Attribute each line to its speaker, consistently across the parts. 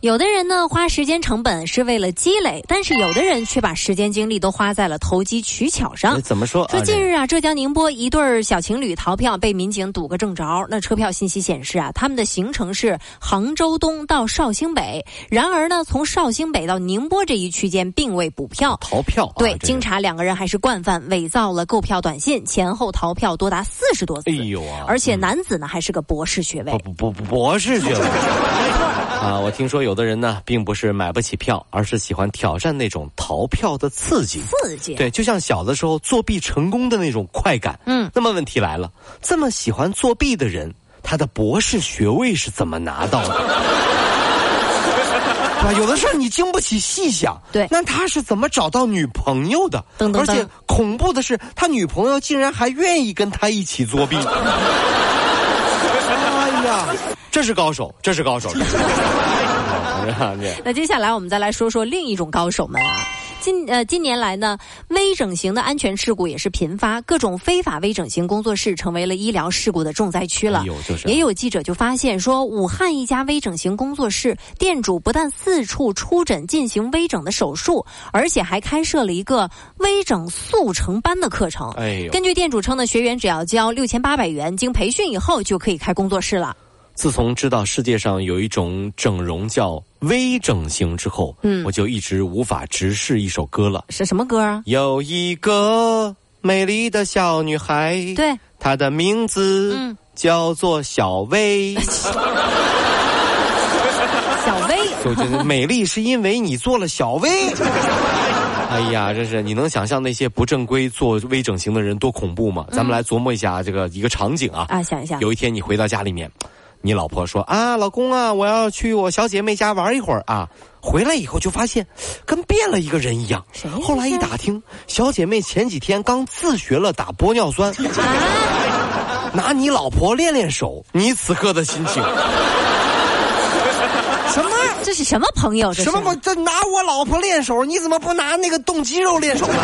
Speaker 1: 有的人呢花时间成本是为了积累，但是有的人却把时间精力都花在了投机取巧》上。
Speaker 2: 怎么说？
Speaker 1: 说近
Speaker 2: 啊
Speaker 1: 日啊，浙江宁波一对儿小情侣逃票被民警堵个正着。那车票信息显示啊，他们的行程是杭州东到绍兴北，然而呢，从绍兴北到宁波这一区间并未补票。
Speaker 2: 逃票、啊、
Speaker 1: 对，
Speaker 2: 这个
Speaker 1: 经查两个人还是惯犯，伪造了购票短信，前后逃票多达四十多次。
Speaker 2: 哎呦啊！
Speaker 1: 而且男子呢还是个博士学位。
Speaker 2: 不不不博士 学位。啊，我听说有的人呢，并不是买不起票，而是喜欢挑战那种逃票的刺激。
Speaker 1: 刺激，
Speaker 2: 对，就像小的时候作弊成功的那种快感。
Speaker 1: 嗯，
Speaker 2: 那么问题来了，这么喜欢作弊的人，他的博士学位是怎么拿到的？ 对吧？有的事儿你经不起细想。
Speaker 1: 对
Speaker 2: 那他是怎么找到女朋友的？
Speaker 1: 噔噔噔
Speaker 2: 而且恐怖的是，他女朋友竟然还愿意跟他一起作弊。 哎呀，这是高手，这是高手。 啊这
Speaker 1: 那接下来我们再来说说另一种高手们啊。近呃近年来呢，微整形的安全事故也是频发，各种非法微整形工作室成为了医疗事故的重灾区了。
Speaker 2: 哎呦就是
Speaker 1: 也有记者就发现说，武汉一家微整形工作室店主不但四处出诊进行微整的手术，而且还开设了一个微整速成班的课程。
Speaker 2: 哎呦
Speaker 1: 根据店主称呢，学员只要交六千八百元，经培训以后就可以开工作室了。
Speaker 2: 自从知道世界上有一种整容叫微整形之后，嗯，我就一直无法直视一首歌了。
Speaker 1: 是什么歌啊？
Speaker 2: 有一个美丽的小女孩，
Speaker 1: 对，
Speaker 2: 她的名字
Speaker 1: 嗯
Speaker 2: 叫做小 薇。
Speaker 1: 小薇。
Speaker 2: 就真的美丽是因为你做了小 薇。哎呀，真是你能想象那些不正规做微整形的人多恐怖吗？咱
Speaker 1: 嗯
Speaker 2: 们来琢磨一下这个一个场景啊。
Speaker 1: 啊，想一下，
Speaker 2: 有一天你回到家里面，你老婆说啊，老公啊，我要去我小姐妹家玩一会儿啊。回来以后就发现跟变了一个人一样
Speaker 1: 谁呀。
Speaker 2: 后来一打听，小姐妹前几天刚自学了打玻尿 酸，
Speaker 1: 啊
Speaker 2: 拿你老婆练练手。你此刻的 心情，
Speaker 1: 什么？这是什么朋友？这是
Speaker 2: 什么我这拿我老婆练手，你怎么不拿那个动肌肉练 手呢？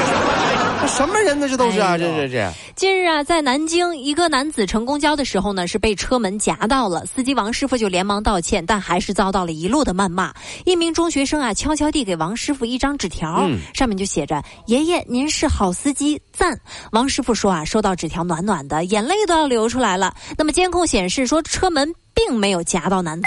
Speaker 2: 这什么人呢？这都是啊，
Speaker 1: 哎呦
Speaker 2: 这这这。
Speaker 1: 近日啊，在南京，一个男子乘公交的时候呢，是被车门夹到了，司机王师傅就连忙道歉，但还是遭到了一路的谩骂。一名中学生啊，悄悄递给王师傅一张纸条，上面就写着：“爷爷，您是好司机，赞。”王师傅说啊，收到纸条暖暖的，眼泪都要流出来了。那么监控显示说，车门并没有夹到男子。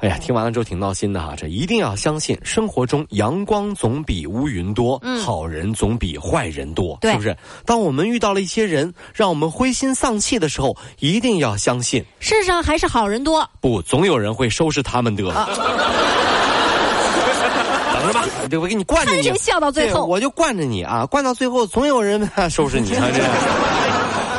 Speaker 2: 哎呀，听完了之后挺闹心的哈，这一定要相信生活中阳光总比乌云多，好人总比坏人多，
Speaker 1: 嗯对
Speaker 2: 是不是？当我们遇到了一些人让我们灰心丧气的时候，一定要相信，
Speaker 1: 世上还是好人多，
Speaker 2: 不，总有人会收拾他们的。
Speaker 1: 啊
Speaker 2: 等着吧，对我给你惯着
Speaker 1: 看
Speaker 2: 你
Speaker 1: 谁，笑到最
Speaker 2: 对
Speaker 1: 后。
Speaker 2: 我就惯着你啊，惯到最后总有人收拾你啊，这样。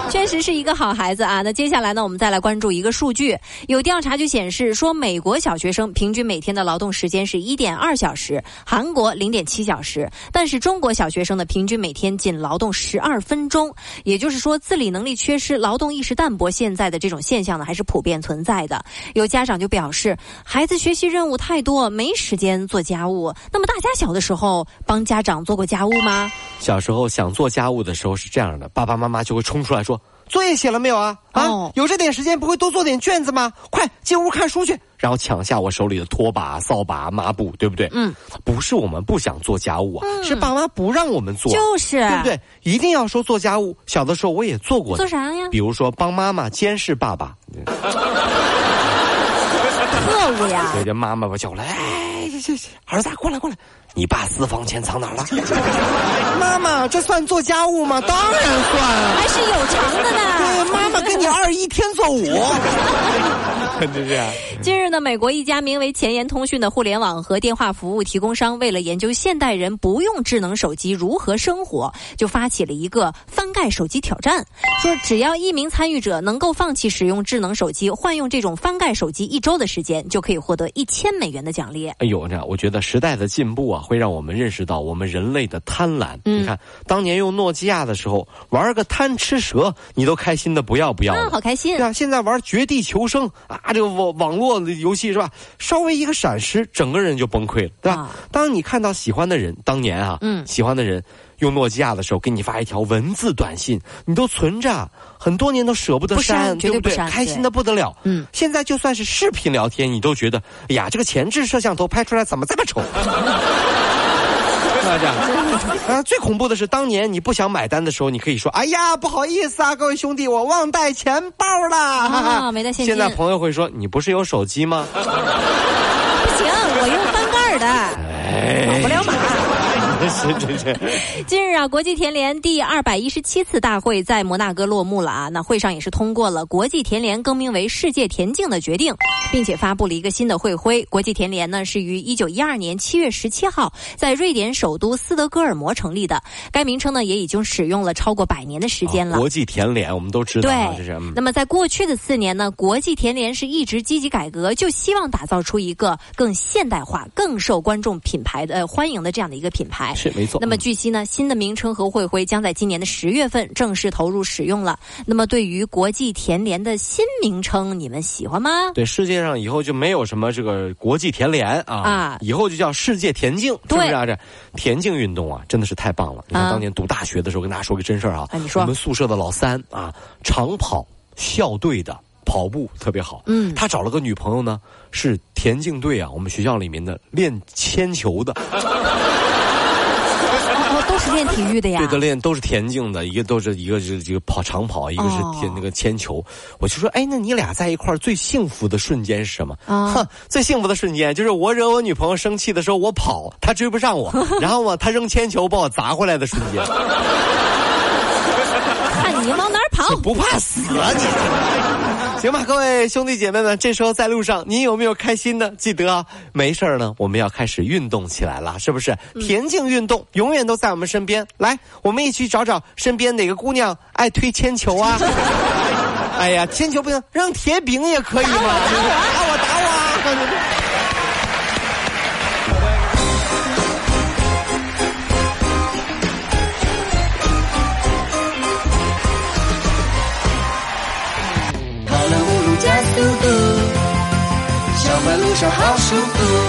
Speaker 1: 确实是一个好孩子啊。那接下来呢，我们再来关注一个数据。有调查就显示说，美国小学生平均每天的劳动时间是一点二小时，韩国零点七小时，但是中国小学生呢，平均每天仅劳动十二分钟。也就是说，自理能力缺失、劳动意识淡薄，现在的这种现象呢，还是普遍存在的。有家长就表示，孩子学习任务太多，没时间做家务。那么大家小的时候帮家长做过家务吗？
Speaker 2: 小时候想做家务的时候是这样的，爸爸妈妈就会冲出来说：“作业写了没有啊？啊，
Speaker 1: 哦
Speaker 2: 有这点时间不会多做点卷子吗？快进屋看书去！”然后抢下我手里的拖把、扫把、抹布，对不对？
Speaker 1: 嗯，
Speaker 2: 不是我们不想做家务啊，是爸妈不让我们做，
Speaker 1: 就是，啊
Speaker 2: 对不对？一定要说做家务。小的时候我也做过的
Speaker 1: 做啥呀？
Speaker 2: 比如说帮妈妈监视爸爸，
Speaker 1: 特啊务呀。
Speaker 2: 对，这妈妈吧叫过来，哎，这这这儿子过来过来，你爸私房钱藏哪儿了？ 妈妈，这算做家务吗？当然算啊。
Speaker 1: 还是有偿的呢。
Speaker 2: 对，妈妈跟你二一天作五。这是。
Speaker 1: 近日呢，美国一家名为前沿通讯的互联网和电话服务提供商，为了研究现代人不用智能手机如何生活，就发起了一个翻盖手机挑战，说只要一名参与者能够放弃使用智能手机，换用这种翻盖手机一周的时间，就可以获得一千美元的奖励。
Speaker 2: 哎呦，这我觉得时代的进步啊，会让我们认识到我们人类的贪婪。
Speaker 1: 嗯
Speaker 2: 你看，当年用诺基亚的时候，玩个贪吃蛇，你都开心的不要不要
Speaker 1: 啊，
Speaker 2: 的。
Speaker 1: 好开心
Speaker 2: 对！啊，现在玩绝地求生啊，这个网网络的游戏是吧？稍微一个闪失，整个人就崩溃了，对吧？
Speaker 1: 啊
Speaker 2: 当你看到喜欢的人，当年啊，
Speaker 1: 嗯
Speaker 2: 喜欢的人用诺基亚的时候，给你发一条文字短信，你都存着，很多年都舍不得
Speaker 1: 不删绝
Speaker 2: 对
Speaker 1: 对
Speaker 2: 不
Speaker 1: 不
Speaker 2: 对？
Speaker 1: 删
Speaker 2: 开心的不得了。
Speaker 1: 嗯，
Speaker 2: 现在就算是视频聊天，你都觉得，哎呀，这个前置摄像头拍出来怎么这么 丑？那这样啊，最恐怖的是，当年你不想买单的时候，你可以说：“哎呀，不好意思啊，各位兄弟，我忘带钱包了。”
Speaker 1: 啊没带现
Speaker 2: 现
Speaker 1: 金
Speaker 2: 在朋友会说：“你不是有手机吗
Speaker 1: 不行，我用翻盖的，？”
Speaker 2: 啊哎，
Speaker 1: 不了码。
Speaker 2: 是是是，
Speaker 1: 近日啊，国际田联第二百一十七次大会在摩纳哥落幕了啊。那会上也是通过了国际田联更名为世界田径的决定，并且发布了一个新的会徽。国际田联呢是于一九一二年七月十七号在瑞典首都斯德哥尔摩成立的，该名称呢也已经使用了超过百年的时间了。
Speaker 2: 啊国际田联，我们都知道
Speaker 1: 对
Speaker 2: 啊，这是。嗯
Speaker 1: 那么在过去的四年呢，国际田联是一直积极改革，就希望打造出一个更现代化、更受观众品牌的、呃、欢迎的这样的一个品牌。
Speaker 2: 是没错。
Speaker 1: 那么据悉呢，新的名称和会徽将在今年的十月份正式投入使用了。那么对于国际田联的新名称，你们喜欢吗？
Speaker 2: 对，世界上以后就没有什么这个国际田联啊，
Speaker 1: 啊
Speaker 2: 以后就叫世界田径，是
Speaker 1: 对
Speaker 2: 不是啊？这田径运动啊，真的是太棒了。你看
Speaker 1: 啊
Speaker 2: 当年读大学的时候，跟大家说个真事儿啊，
Speaker 1: 啊你说
Speaker 2: 我们宿舍的老三啊，长跑校队的跑步特别好，
Speaker 1: 嗯
Speaker 2: 他找了个女朋友呢，是田径队啊，我们学校里面的练铅球的，
Speaker 1: 哦，都是练体育的呀
Speaker 2: 对。的练都是田径的，一个都是一个是这个跑长跑，一个是田、
Speaker 1: 哦
Speaker 2: 那个铅球。我就说，哎，那你俩在一块儿最幸福的瞬间是什么？
Speaker 1: 啊
Speaker 2: 哼，最幸福的瞬间就是我惹我女朋友生气的时候，我跑，她追不 上我，然后嘛，她扔铅球把我砸回来的瞬间，
Speaker 1: 看你往哪儿跑
Speaker 2: 你。不怕死啊你？哦 行吧，各位兄弟姐妹们，这时候在路上，你有没有开心的？记得啊，没事儿呢，我们要开始运动起来了，是不是？田径运动永远都在我们身边。来，我们一起找找身边哪个姑娘爱推铅球啊？ 哎呀，铅球不行，扔铁饼也可以嘛？打我，打我，打我啊！
Speaker 3: 跑了五路加速度，上班路上好舒服。